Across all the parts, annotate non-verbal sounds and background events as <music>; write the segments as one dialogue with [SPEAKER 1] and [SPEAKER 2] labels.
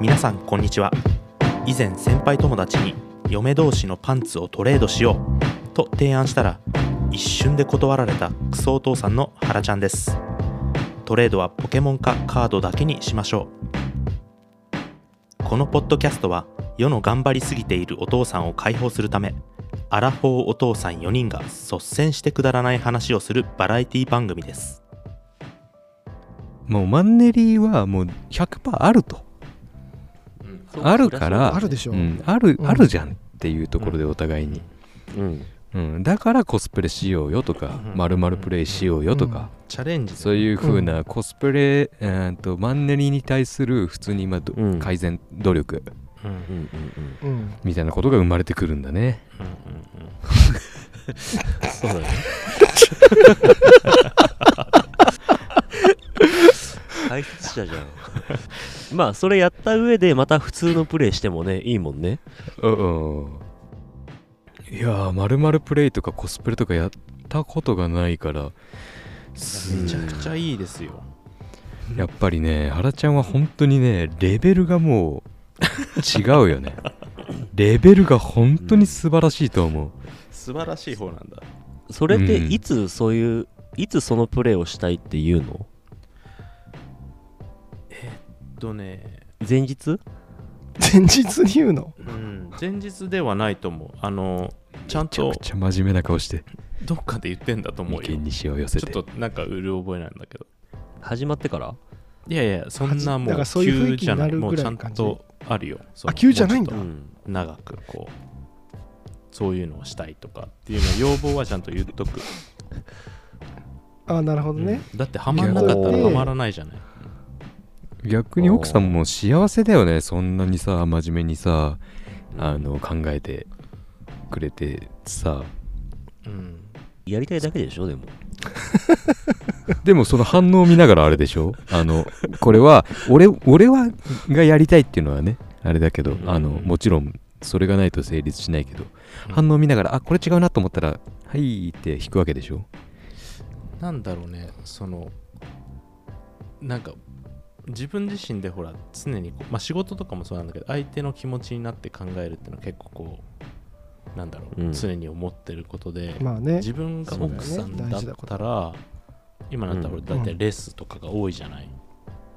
[SPEAKER 1] 皆さんこんにちは以前先輩友達に嫁同士のパンツをトレードしようと提案したら一瞬で断られたクソお父さんの原ちゃんですトレードはポケモンかカードだけにしましょうこのポッドキャストは世の頑張りすぎているお父さんを解放するためアラフォーお父さん4人が率先してくだらない話をするバラエティ番組です
[SPEAKER 2] もうマンネリはもう100%あると、あるから
[SPEAKER 3] あるでしょ
[SPEAKER 2] うんある、
[SPEAKER 3] うん
[SPEAKER 2] あるじゃんっていうところでお互いに、
[SPEAKER 4] うん、
[SPEAKER 2] うんだからコスプレしようよとか
[SPEAKER 1] うん
[SPEAKER 2] まるまるプレイしようよとか、
[SPEAKER 1] チャレンジ
[SPEAKER 2] そういう風なコスプレ、えーっとマンネリに対する普通に今ど、
[SPEAKER 4] うん
[SPEAKER 2] 改善努力
[SPEAKER 1] うんうん
[SPEAKER 4] うん、うん、うん。
[SPEAKER 3] うん、
[SPEAKER 2] みたいなことが生まれてくるんだね
[SPEAKER 1] うんうん
[SPEAKER 4] そう <laughs> だね。解説者じゃん。まあ、それやった上で、また普通のプレイしてもね、いいもんね。
[SPEAKER 2] うんうんいやーまるまるプレイとかコスプレとかやったことがないからす
[SPEAKER 1] めちゃくちゃいいですよ
[SPEAKER 2] やっぱりね、原ちゃんは本当にね、レベルがもう違うよね。レベルが本当に素晴らしいと思う。
[SPEAKER 1] 素晴らしい方なんだ
[SPEAKER 4] それって、
[SPEAKER 2] うん
[SPEAKER 4] いつそういう、いつそのプレイをしたいっていうの
[SPEAKER 1] とね
[SPEAKER 4] 前日
[SPEAKER 3] 前日に言うの
[SPEAKER 1] うん前日ではないと思うあのちゃん
[SPEAKER 2] めちゃ
[SPEAKER 1] と
[SPEAKER 2] くちゃ真面目な顔して、
[SPEAKER 1] どっかで言ってんだと思う
[SPEAKER 2] 眉
[SPEAKER 1] よ
[SPEAKER 2] 間にしを寄せ。
[SPEAKER 1] ちょってとなんかうる覚えなんだけど
[SPEAKER 4] 始まってから
[SPEAKER 1] いやいやそんな
[SPEAKER 3] だ
[SPEAKER 1] も
[SPEAKER 3] か
[SPEAKER 1] う
[SPEAKER 3] らそういう雰
[SPEAKER 1] 急
[SPEAKER 3] 囲気
[SPEAKER 1] じゃ
[SPEAKER 3] に
[SPEAKER 1] な
[SPEAKER 3] ないる
[SPEAKER 1] もう
[SPEAKER 3] ぐ
[SPEAKER 1] ち
[SPEAKER 3] ら
[SPEAKER 1] ゃ
[SPEAKER 3] いの
[SPEAKER 1] ん
[SPEAKER 3] 感じ
[SPEAKER 1] とあるよその
[SPEAKER 3] あ急じゃないんだ
[SPEAKER 1] もうちょっ
[SPEAKER 4] ん。
[SPEAKER 1] と長くこうそういうのをしたいとかっていうの要望はちゃんと言っとく、
[SPEAKER 3] あなるほどね、
[SPEAKER 1] うんだってハマんなかったらハマらないじゃない
[SPEAKER 2] 逆に奥さんも幸せだよね、そんなにさ、真面目にさ、あの考えてくれてさ。
[SPEAKER 1] うん
[SPEAKER 4] やりたいだけでしょ、でも。
[SPEAKER 2] でもその反応を見ながらあれでしょあの、これは、俺、俺は、がやりたいっていうのはね、あれだけど、あの、もちろん、それがないと成立しないけど、反応を見ながら、あ、これ違うなと思ったら、はいって引くわけでしょ
[SPEAKER 1] なんだろうねそのなんか自分自身でほら常にこう、まあ、仕事とかもそうなんだけど相手の気持ちになって考えるっていうのは結構こうなんだろう、
[SPEAKER 4] うん
[SPEAKER 1] 常に思ってることで、
[SPEAKER 3] まあね
[SPEAKER 1] 自分が奥さんだっ
[SPEAKER 3] そうだよね大事なこ
[SPEAKER 1] たら、今だったら俺
[SPEAKER 4] うん
[SPEAKER 1] 大体レッスンとかが多いじゃない、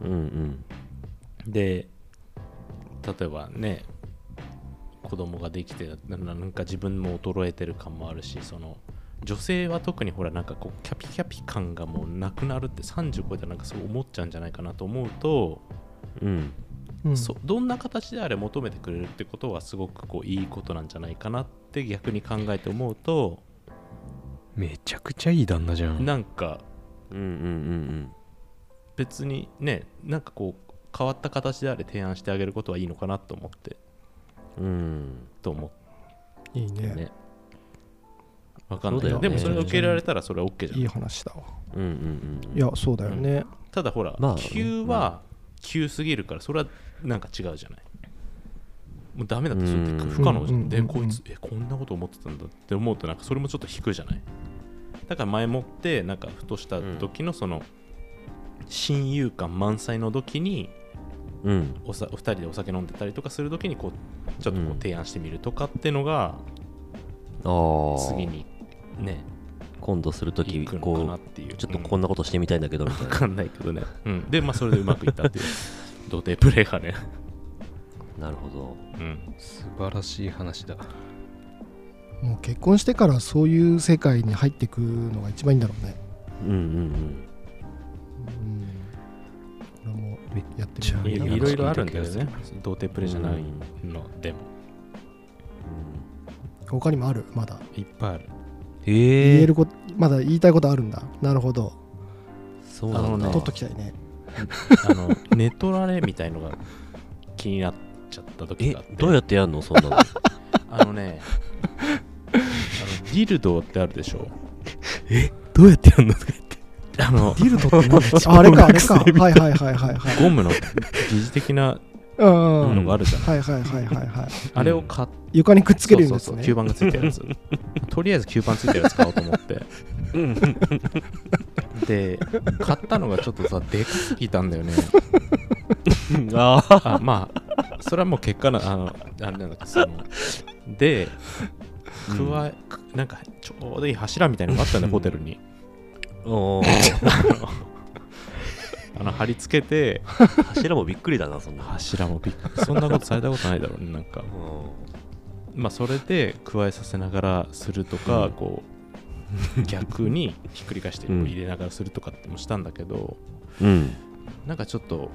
[SPEAKER 4] うんうん。
[SPEAKER 1] で例えばね子供ができてななんか自分も衰えてる感もあるしその女性は特にほらなんかこうキャピキャピ感がもうなくなるって30超えたらなんかそう思っちゃうんじゃないかなと思うと、
[SPEAKER 4] うん。
[SPEAKER 3] うん
[SPEAKER 1] そどんな形であれ求めてくれるってことはすごくこういいことなんじゃないかなって逆に考えて思うと
[SPEAKER 2] めちゃくちゃいい旦那じゃん。
[SPEAKER 1] なんか
[SPEAKER 4] うんうん
[SPEAKER 1] 別にねなんかこう変わった形であれ提案してあげることはいいのかなと思って
[SPEAKER 4] うんうん。うん。
[SPEAKER 1] と思っ
[SPEAKER 3] いいね
[SPEAKER 1] ねわかんない
[SPEAKER 4] そうだよね
[SPEAKER 1] でもそれが受け入れられたらそれは OK じゃん
[SPEAKER 3] いい話だわ
[SPEAKER 4] うんうんうん。
[SPEAKER 3] いやそうだよね、
[SPEAKER 1] ただほら、
[SPEAKER 4] まあ
[SPEAKER 1] 急は急すぎるからそれはなんか違うじゃないもうダメだってそれって不可能じゃ
[SPEAKER 3] うん
[SPEAKER 1] ん
[SPEAKER 3] う
[SPEAKER 1] で
[SPEAKER 3] んうんう
[SPEAKER 1] こ
[SPEAKER 3] ん
[SPEAKER 1] いつえこんなこと思ってたんだって思うとなんかそれもちょっと引くじゃないだから前もってなんかふとした時のその親友感満載の時に
[SPEAKER 4] うん。
[SPEAKER 1] おさお二人でお酒飲んでたりとかする時にこうちょっとこ
[SPEAKER 4] う
[SPEAKER 1] うん提案してみるとかってのが
[SPEAKER 4] ああ。
[SPEAKER 1] 次。にね
[SPEAKER 4] 今度するとき、
[SPEAKER 1] 行くのかな
[SPEAKER 4] こ
[SPEAKER 1] っていう
[SPEAKER 4] う、ちょっと
[SPEAKER 1] うん
[SPEAKER 4] こんなことしてみたいんだけど、みたい
[SPEAKER 1] わかんないけどね。うん、で、まあ、それでうまくいったっていう、童貞プレイがね。
[SPEAKER 4] な。なるほど。
[SPEAKER 1] うん。
[SPEAKER 2] 素晴らしい話だ。
[SPEAKER 3] もう結婚してからそういう世界に入ってくのが一番いいんだろうね
[SPEAKER 4] うんうん
[SPEAKER 3] うん俺もやっ
[SPEAKER 2] めっ
[SPEAKER 3] て
[SPEAKER 2] ちゃ
[SPEAKER 3] み
[SPEAKER 1] い
[SPEAKER 3] よう
[SPEAKER 2] や
[SPEAKER 1] いろいろあるんだよ
[SPEAKER 2] いい
[SPEAKER 1] ね。童貞プレイじゃないのでも、
[SPEAKER 4] う
[SPEAKER 3] 他にもあるまだ
[SPEAKER 1] いっぱいある。
[SPEAKER 4] ん。
[SPEAKER 3] 言
[SPEAKER 4] え
[SPEAKER 3] え
[SPEAKER 4] え
[SPEAKER 3] ることまだ言いたいことあるんだなるほど
[SPEAKER 4] そう
[SPEAKER 1] あ
[SPEAKER 4] な
[SPEAKER 1] の
[SPEAKER 4] ん
[SPEAKER 1] ね
[SPEAKER 4] だ。
[SPEAKER 3] 取っときたいね
[SPEAKER 1] <laughs> あの、寝取られみたいのが気になっちゃった時
[SPEAKER 4] え
[SPEAKER 1] があって。
[SPEAKER 4] どうやってやんのそんなの
[SPEAKER 1] あのね、あのディルドってあるでしょ。
[SPEAKER 2] どうやってやるのとか言って。
[SPEAKER 1] あの、
[SPEAKER 3] ディルドってなんだああれかあれかはいはいはいはいはい
[SPEAKER 1] ゴムの疑似的な
[SPEAKER 3] うんうん
[SPEAKER 1] のがあるじゃん。
[SPEAKER 3] はいはいはいはいはい
[SPEAKER 1] あれを買って、
[SPEAKER 3] 床にくっつけるんです
[SPEAKER 1] そうそう
[SPEAKER 3] ね
[SPEAKER 1] そう吸盤がついてるやつ。とりあえず吸盤ついてるやつ買 <laughs> おうと思って。で、買ったのがちょっとさ、でかすぎたんだよね。
[SPEAKER 4] <laughs> ああ
[SPEAKER 1] あまあそれはもう結果なあのあなんかそので加え、くなんかちょうどいい柱みたいなのがあったんだよホテルに
[SPEAKER 4] おー
[SPEAKER 1] あの貼り付けて
[SPEAKER 4] 柱もびっくりだなそんな
[SPEAKER 1] 柱もびっくりそんなことされたことないだろうねなんか
[SPEAKER 4] う
[SPEAKER 1] まあそれで加えさせながらするとか、こう逆にひっくり返して
[SPEAKER 4] うん
[SPEAKER 1] 入れながらするとかってもしたんだけど、
[SPEAKER 4] んうん
[SPEAKER 1] なんかちょっと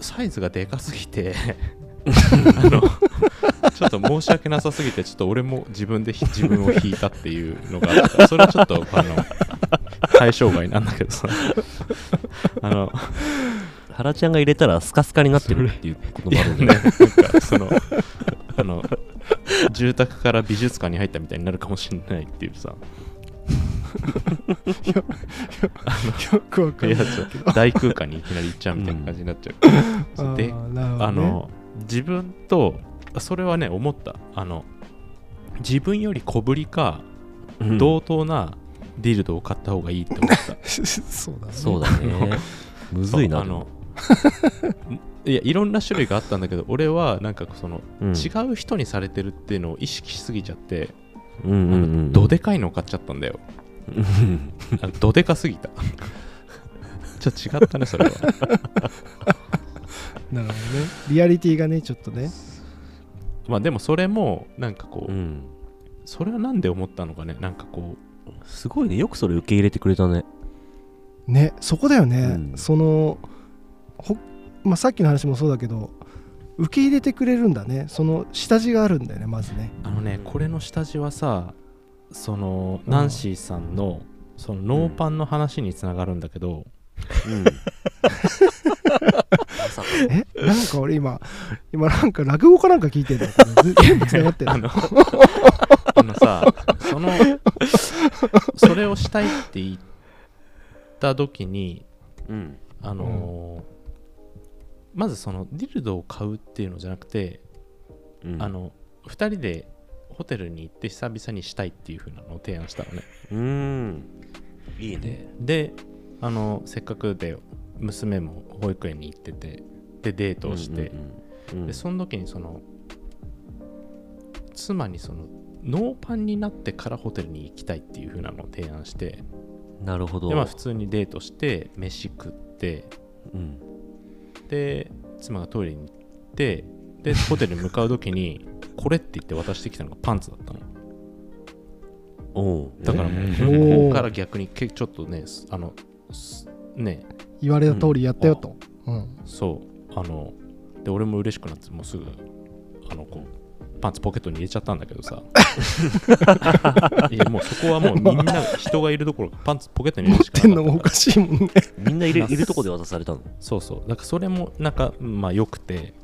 [SPEAKER 1] サイズがでかすぎ <laughs> てあのちょっと申し訳なさすぎてちょっと俺も自分でひ自分を引いたっていうのがあったそれはちょっとあの対象外なんだけど <laughs> さあの
[SPEAKER 4] 原ちゃんが入れたらスカスカになってるっていうこ
[SPEAKER 1] い
[SPEAKER 4] ともあ
[SPEAKER 1] や
[SPEAKER 4] るん
[SPEAKER 1] ね
[SPEAKER 4] で、
[SPEAKER 1] なんかそのあの住宅から美術館に入ったみたいになるかもしれないっていう <laughs> さ
[SPEAKER 3] <laughs> よくわか
[SPEAKER 1] い
[SPEAKER 3] る
[SPEAKER 1] やちょ大空間にいきなり行っちゃうみたいな感じになっちゃう、そうであ
[SPEAKER 3] あ
[SPEAKER 1] の自分とそれはね思ったあの自分より小ぶりか
[SPEAKER 4] うん
[SPEAKER 1] 同等なディルドを買った方がいいって思った、
[SPEAKER 3] <laughs> そうだね
[SPEAKER 4] そうだねむずいな
[SPEAKER 1] あの <laughs> いやいろんな種類があったんだけど俺はなんかその、
[SPEAKER 4] うん
[SPEAKER 1] 違う人にされてるっていうのを意識しすぎちゃって、
[SPEAKER 4] うんうんうん
[SPEAKER 1] どでかいのを買っちゃったん
[SPEAKER 4] <laughs>
[SPEAKER 1] だよ
[SPEAKER 4] うん
[SPEAKER 1] あのどでかすぎた <laughs> ちょっと違ったねそれは
[SPEAKER 3] なるほどねリアリティがねちょっとね
[SPEAKER 1] まあでもそれもなんかこう、
[SPEAKER 4] うん
[SPEAKER 1] それはなんで思ったのかねなんかこ
[SPEAKER 4] すごいねよくそれ受け入れてくれたね
[SPEAKER 3] ねそこだよね、
[SPEAKER 4] うん
[SPEAKER 3] そのほ、まあ、さっきの話もそうだけど受け入れてくれるんだねその下地があるんだよねまずね
[SPEAKER 1] うあのね、
[SPEAKER 4] うん
[SPEAKER 1] これの下地はさその
[SPEAKER 3] うん
[SPEAKER 1] ナンシーさんのそのノーパンの話につながるんだけ
[SPEAKER 4] <laughs>
[SPEAKER 1] ど、
[SPEAKER 4] うん
[SPEAKER 3] えなんか俺今今なんか落語かなんか聞いてるのかなず全部つながってる
[SPEAKER 1] あのあのさそのそれをしたいって言った時に
[SPEAKER 4] うん
[SPEAKER 1] あのーまずそのディルドを買うっていうのじゃなくて、
[SPEAKER 4] うん
[SPEAKER 1] あの2人でホテルに行って久々にしたいっていう風なのを提案したのね
[SPEAKER 4] うんいいね
[SPEAKER 1] であのせっかくで娘も保育園に行っててでデートをして、
[SPEAKER 4] うんうんうん
[SPEAKER 1] でその時にその妻にそのノーパンになってからホテルに行きたいっていう風なのを提案して
[SPEAKER 4] なるほど
[SPEAKER 1] で、まあ、普通にデートして飯食って
[SPEAKER 4] うん
[SPEAKER 1] で妻がトイレに行ってでホテルに向かう時に <laughs> これって言って渡してきたのがパンツだったの
[SPEAKER 4] おう
[SPEAKER 1] だからも
[SPEAKER 2] え
[SPEAKER 1] う
[SPEAKER 3] ー
[SPEAKER 1] ここから逆にけちょっとねすあのすね
[SPEAKER 3] 言われた通りやったよと、うん
[SPEAKER 1] そうあので俺も嬉しくなってもうすぐあのこうパンツポケットに入れちゃったんだけどさいやもうそこはもうみんな人がいるどころかパンツポケットに入
[SPEAKER 3] 持
[SPEAKER 1] れ
[SPEAKER 3] っ
[SPEAKER 1] るしか
[SPEAKER 3] てん
[SPEAKER 1] な
[SPEAKER 3] の
[SPEAKER 1] か
[SPEAKER 3] も
[SPEAKER 1] った
[SPEAKER 3] お
[SPEAKER 1] か
[SPEAKER 3] からしいもんね
[SPEAKER 4] みんな
[SPEAKER 1] <laughs>
[SPEAKER 4] いるいるとこで渡されたの
[SPEAKER 1] そうそうだからそれもなんかまあ良くて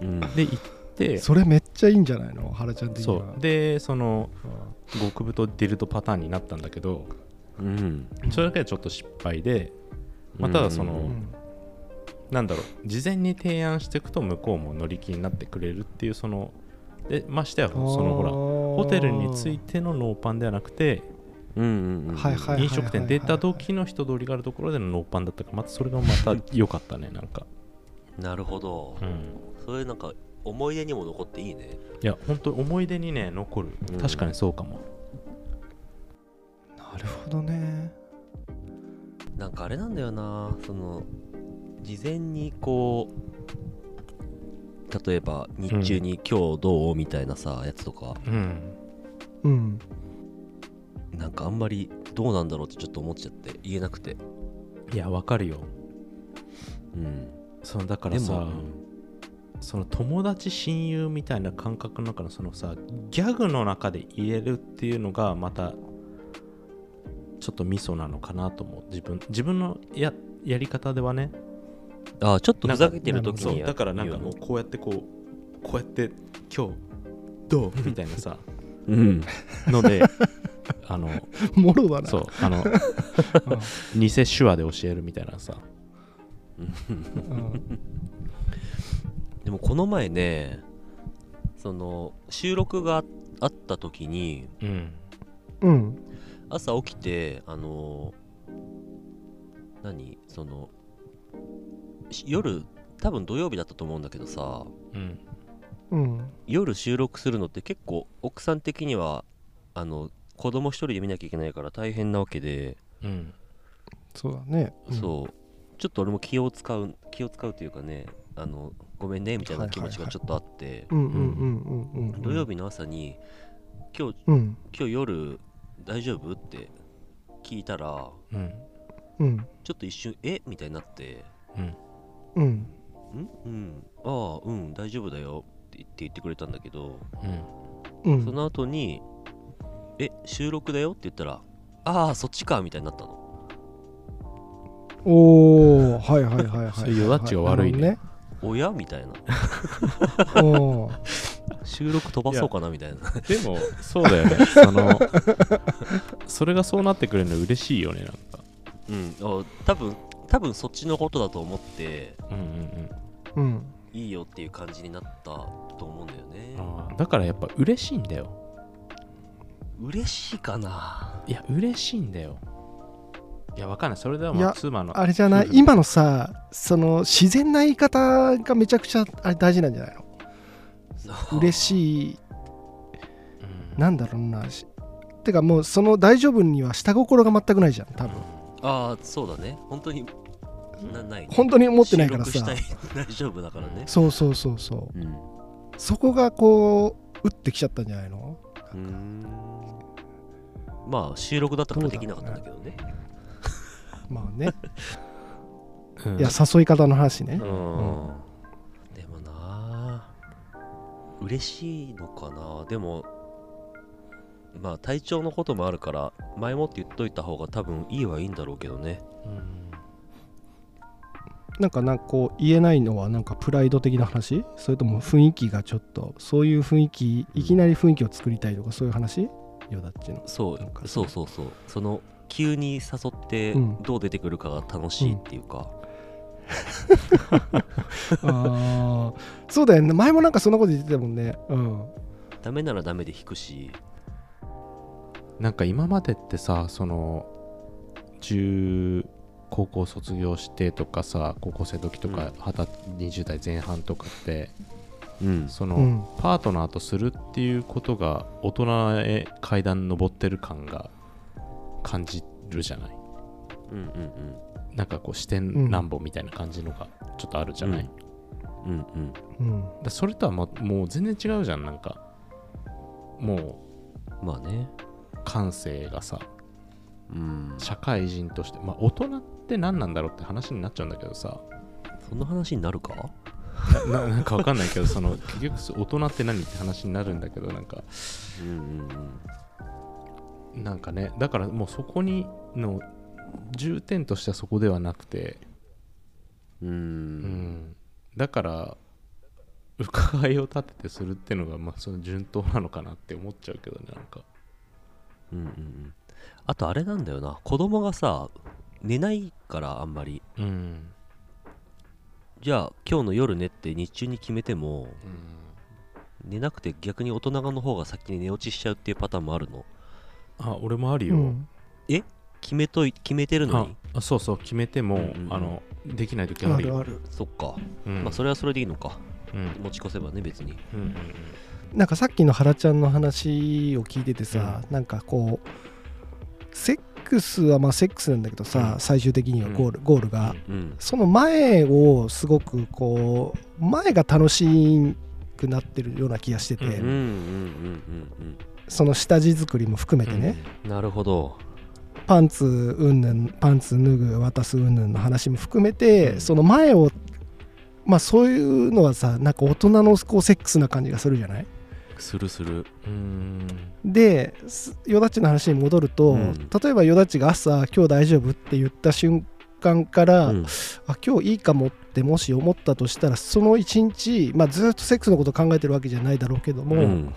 [SPEAKER 4] うん
[SPEAKER 1] で行って
[SPEAKER 3] それめっちゃいいんじゃないの原ちゃん的に
[SPEAKER 1] そ
[SPEAKER 3] は
[SPEAKER 1] うでその
[SPEAKER 3] うん
[SPEAKER 1] 極太ディルドパターンになったんだけど
[SPEAKER 4] うん
[SPEAKER 1] それだけはちょっと失敗で、まあ、ただその、
[SPEAKER 4] うん
[SPEAKER 3] うん
[SPEAKER 1] なんだろう事前に提案していくと向こうも乗り気になってくれるっていうそのでましてやそのほらホ
[SPEAKER 3] ホ
[SPEAKER 1] テルについてのノーパンではなくて
[SPEAKER 4] うんうんうん
[SPEAKER 3] はいはい
[SPEAKER 1] 飲食店出た時の人通りがあるところでのノーパンだったからまたそれがまた良かったねなんか、
[SPEAKER 4] なるほど
[SPEAKER 1] うん、
[SPEAKER 4] そういうなんか思い出にも残っていいね
[SPEAKER 1] いや本当に思い出にね残る
[SPEAKER 4] うん
[SPEAKER 1] 確かにそうかも、
[SPEAKER 3] なるほどね
[SPEAKER 4] なんかあれなんだよなその事前にこう例えば日中に今日どうみたいなさやつとか
[SPEAKER 1] うん
[SPEAKER 3] うん
[SPEAKER 4] なんかあんまりどうなんだろうってちょっと思っちゃって言えなくて
[SPEAKER 1] いやわかるよ
[SPEAKER 4] うん
[SPEAKER 1] そのだから
[SPEAKER 4] で
[SPEAKER 1] さ、
[SPEAKER 4] も
[SPEAKER 1] その友達親友みたいな感覚の中のそのさギャグの中で入れるっていうのがまたちょっとミソなのかなと思う自分自分のややり方ではね
[SPEAKER 4] あちょっとふざけて
[SPEAKER 3] な
[SPEAKER 4] る
[SPEAKER 3] んか
[SPEAKER 4] 時
[SPEAKER 1] そう
[SPEAKER 4] に
[SPEAKER 1] だからなんかもうこうやってこうこうやって今日どうみたいな <laughs> さ
[SPEAKER 4] うん
[SPEAKER 1] ので <laughs> あの
[SPEAKER 3] もろだな
[SPEAKER 1] そうあの偽手話で教えるみたいなさ
[SPEAKER 3] うんうん
[SPEAKER 4] でもこの前ねその収録があった時に
[SPEAKER 1] うん
[SPEAKER 3] うん
[SPEAKER 4] 朝起きてあの何そのし夜多分土曜日だったと思うんだけどさ
[SPEAKER 1] うん
[SPEAKER 3] うん
[SPEAKER 4] 夜収録するのって結構奥さん的にはあの子供一人で見なきゃいけないから大変なわけで、
[SPEAKER 1] うん
[SPEAKER 3] そうだね、うん
[SPEAKER 4] そうちょっと俺も気を使う気を使うというかねあのごめんねみたいな気持ちがちょっとあって、
[SPEAKER 3] うんうんうんうんうん
[SPEAKER 4] 土曜日の朝に今日
[SPEAKER 3] うん
[SPEAKER 4] 今日夜大丈夫って聞いたら
[SPEAKER 1] うん
[SPEAKER 3] うん
[SPEAKER 4] ちょっと一瞬えみたいになって
[SPEAKER 1] うん
[SPEAKER 3] うん
[SPEAKER 4] んうんああうん大丈夫だよって言って言ってくれたんだけど、
[SPEAKER 1] うん
[SPEAKER 3] うん
[SPEAKER 4] その後にえ収録だよって言ったらああそっちかみたいになったの
[SPEAKER 3] おおはいはいはいはい
[SPEAKER 2] そういう余地が悪いね
[SPEAKER 4] おやみたいな
[SPEAKER 3] なるほどねおー
[SPEAKER 4] <laughs> 収録飛ばそうかなみたいな
[SPEAKER 1] でもそうだ <laughs> よねそのそれがそうなってくれるの嬉しいよねなんか
[SPEAKER 4] うんあ多分多分そっちのことだと思って
[SPEAKER 1] うんうん
[SPEAKER 3] うん
[SPEAKER 4] いいよっていう感じになったと思うんだよね
[SPEAKER 1] うんあーだからやっぱ嬉しいんだよ
[SPEAKER 4] 嬉しいかない
[SPEAKER 1] や嬉しいんだよいやわかんないそれでは
[SPEAKER 3] い
[SPEAKER 1] まあ
[SPEAKER 3] や
[SPEAKER 1] 妻の
[SPEAKER 3] あれじゃない
[SPEAKER 1] 夫婦
[SPEAKER 3] 今のさその自然な言い方がめちゃくちゃあれ大事なんじゃないの嬉しい
[SPEAKER 1] うん
[SPEAKER 3] なんだろうなしてかもうその大丈夫には下心が全くないじゃん多分
[SPEAKER 4] ああそうだね本当になないね
[SPEAKER 3] 本当に思ってないから
[SPEAKER 4] 収録
[SPEAKER 3] さ
[SPEAKER 4] したい大丈夫だからね
[SPEAKER 3] そうそうそうそう
[SPEAKER 4] うん
[SPEAKER 3] そこがこう打ってきちゃったんじゃないの
[SPEAKER 4] まあ収録だったからできなかったんだけどね
[SPEAKER 3] まあね
[SPEAKER 1] うん
[SPEAKER 3] いや誘い方の話ね
[SPEAKER 4] う、んでもな嬉しいのかなでもまあ体調のこともあるから前もって言っといた方が多分いいはいいんだろうけどね
[SPEAKER 1] うん
[SPEAKER 3] なんかなんかこう言えないのはなんかプライド的な話それとも雰囲気がちょっとそういう雰囲気いきなり雰囲気を作りたいとかそういう話よだっちの
[SPEAKER 4] そ
[SPEAKER 3] なんか
[SPEAKER 4] う
[SPEAKER 3] ね
[SPEAKER 4] そうそうそうその急に誘って
[SPEAKER 3] うん
[SPEAKER 4] どう出てくるかが楽しいっていうか、
[SPEAKER 3] あー <laughs> そうだよね前もなんかそんなこと言ってたもんねうん
[SPEAKER 4] ダメならダメで弾くし
[SPEAKER 1] なんか今までってさその10高校卒業してとかさ高校生時とか、二十20代前半とかって
[SPEAKER 4] うん
[SPEAKER 1] そうの、
[SPEAKER 3] ん
[SPEAKER 1] パートナーとするっていうことが大人へ階段登ってる感が感じるじゃない
[SPEAKER 4] うんうん
[SPEAKER 1] なんかこう視点乱暴みたいな感じのがちょっとあるじゃない、
[SPEAKER 4] うんうんうんうん
[SPEAKER 3] うん
[SPEAKER 1] だそれとはまもう全然違うじゃんなんかも
[SPEAKER 4] まあね
[SPEAKER 1] う感性がさ
[SPEAKER 4] うん
[SPEAKER 1] 社会人としてまあ大人って何なんだろうって話になっちゃうんだけどさ
[SPEAKER 4] そんな話になるか
[SPEAKER 1] な <laughs> ななんかわかんないけどその結局そう大人って何って話になるんだけどなんか
[SPEAKER 4] うんうんうん
[SPEAKER 1] なんかねだからもうそこにの重点としてはそこではなくて
[SPEAKER 4] うーん
[SPEAKER 1] うんだから伺いを立ててするっていうのがまあその順当なのかなって思っちゃうけどねなんか
[SPEAKER 4] うんうんうんあとあれなんだよな子供がさ寝ないからあんまり
[SPEAKER 1] うん
[SPEAKER 4] じゃあ今日の夜寝って日中に決めても寝なくて逆に大人の方が先に寝落ちしちゃうっていうパターンもあるの
[SPEAKER 1] あ俺もある
[SPEAKER 3] う
[SPEAKER 1] よ、
[SPEAKER 3] ん
[SPEAKER 4] 決めとい決めてるの
[SPEAKER 1] あ
[SPEAKER 4] に
[SPEAKER 1] あそうそう決めても、
[SPEAKER 4] うんうん
[SPEAKER 1] あのできない時あ
[SPEAKER 3] あ
[SPEAKER 1] る
[SPEAKER 3] る
[SPEAKER 1] よ
[SPEAKER 3] ある
[SPEAKER 4] そっか、
[SPEAKER 1] うん
[SPEAKER 4] まあそれはそれでいいのか
[SPEAKER 1] うん
[SPEAKER 4] 持ち越せばね別に
[SPEAKER 1] うんうん
[SPEAKER 3] なんかさっきの原ちゃんの話を聞いててさ、なんかこうセックスはまあセックスなんだけどさ、
[SPEAKER 1] うん
[SPEAKER 3] 最終的にはゴール,、ゴールが、
[SPEAKER 4] うん
[SPEAKER 3] その前をすごくこう前が楽しくなってるような気がしてて、
[SPEAKER 1] うん
[SPEAKER 4] うんうんうん
[SPEAKER 3] その下地作りも含めて
[SPEAKER 1] うん
[SPEAKER 3] ね、
[SPEAKER 4] うんなるほど
[SPEAKER 3] パンツうんぬんパンツ脱ぐ渡すうんぬんの話も含めて、
[SPEAKER 1] うん
[SPEAKER 3] その前をまあそういうのはさなんか大人のこうセックスな感じがするじゃない
[SPEAKER 4] するする
[SPEAKER 1] うん
[SPEAKER 3] ですヨダッチの話に戻ると、
[SPEAKER 4] うん
[SPEAKER 3] 例えばヨダッチが朝「今日大丈夫?」って言った瞬間から、
[SPEAKER 4] うん
[SPEAKER 3] あ今日いいかもってもし思ったとしたらその一日、まあ、ずっとセックスのこと考えてるわけじゃないだろうけども、
[SPEAKER 4] うん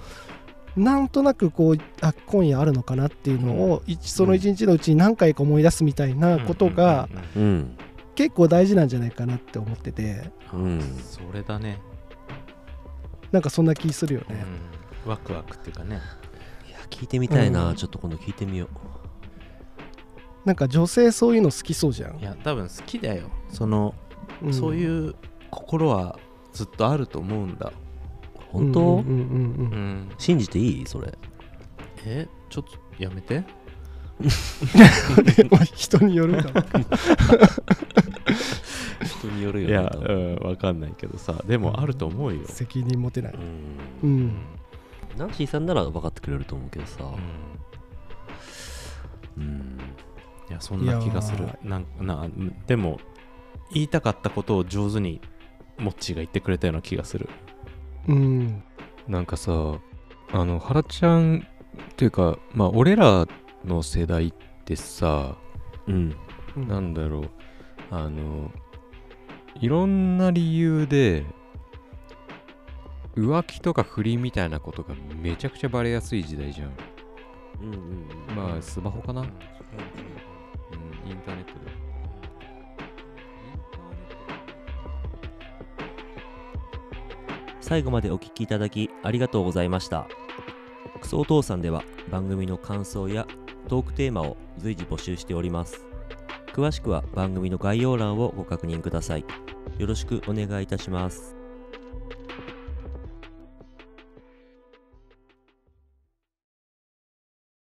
[SPEAKER 3] なんとなくこうあ今夜あるのかなっていうのを、一その一日のうちに何回か思い出すみたいなことが
[SPEAKER 1] うんうんうん
[SPEAKER 4] うん
[SPEAKER 3] 結構大事なんじゃないかなって思ってて
[SPEAKER 4] うん
[SPEAKER 1] うんそれだね、
[SPEAKER 3] なんかそんな気するよ
[SPEAKER 1] う
[SPEAKER 3] ね。
[SPEAKER 1] ん、ワクワクっていうかね
[SPEAKER 4] いや聞いてみたいな、
[SPEAKER 3] うん
[SPEAKER 4] ちょっと今度聞いてみよ
[SPEAKER 3] なんか女性そういうの好きそうじゃん
[SPEAKER 1] い。や多分好きだよその、
[SPEAKER 3] ん
[SPEAKER 1] そういう心はずっとあると思うんだ
[SPEAKER 4] 本当、
[SPEAKER 3] うんうんうん
[SPEAKER 1] う
[SPEAKER 3] うん
[SPEAKER 1] ん
[SPEAKER 4] 信じていいそれ
[SPEAKER 1] えちょっとやめて
[SPEAKER 3] うん、 <laughs> まあ人によるから
[SPEAKER 4] 人による
[SPEAKER 1] い
[SPEAKER 4] よ
[SPEAKER 1] や
[SPEAKER 4] ね多分
[SPEAKER 1] うんわかんないけどさでもあると思うよ、
[SPEAKER 3] 責任持てない
[SPEAKER 4] うん
[SPEAKER 3] うん
[SPEAKER 4] ナンシーさんなら分かってくれると思うけどさ
[SPEAKER 1] うん
[SPEAKER 4] うん
[SPEAKER 1] いやそんな気がする
[SPEAKER 3] いや
[SPEAKER 1] なんかなでも言いたかったことを上手にモッチーが言ってくれたような気がする
[SPEAKER 3] うん
[SPEAKER 2] なんかさあの原ちゃんっていうかまあ俺らの世代ってさ
[SPEAKER 4] うん
[SPEAKER 3] うん
[SPEAKER 2] なんだろうあのいろんな理由で浮気とか不倫みたいなことがめちゃくちゃバレやすい時代じゃん
[SPEAKER 4] うんうんうん
[SPEAKER 2] まあスマホかな、うん、
[SPEAKER 1] う
[SPEAKER 2] インターネットで
[SPEAKER 4] 最後までお聞きいただきありがとうございましたクソお父さんでは番組の感想やトークテーマを随時募集しております詳しくは番組の概要欄をご確認くださいよろしくお願いいたします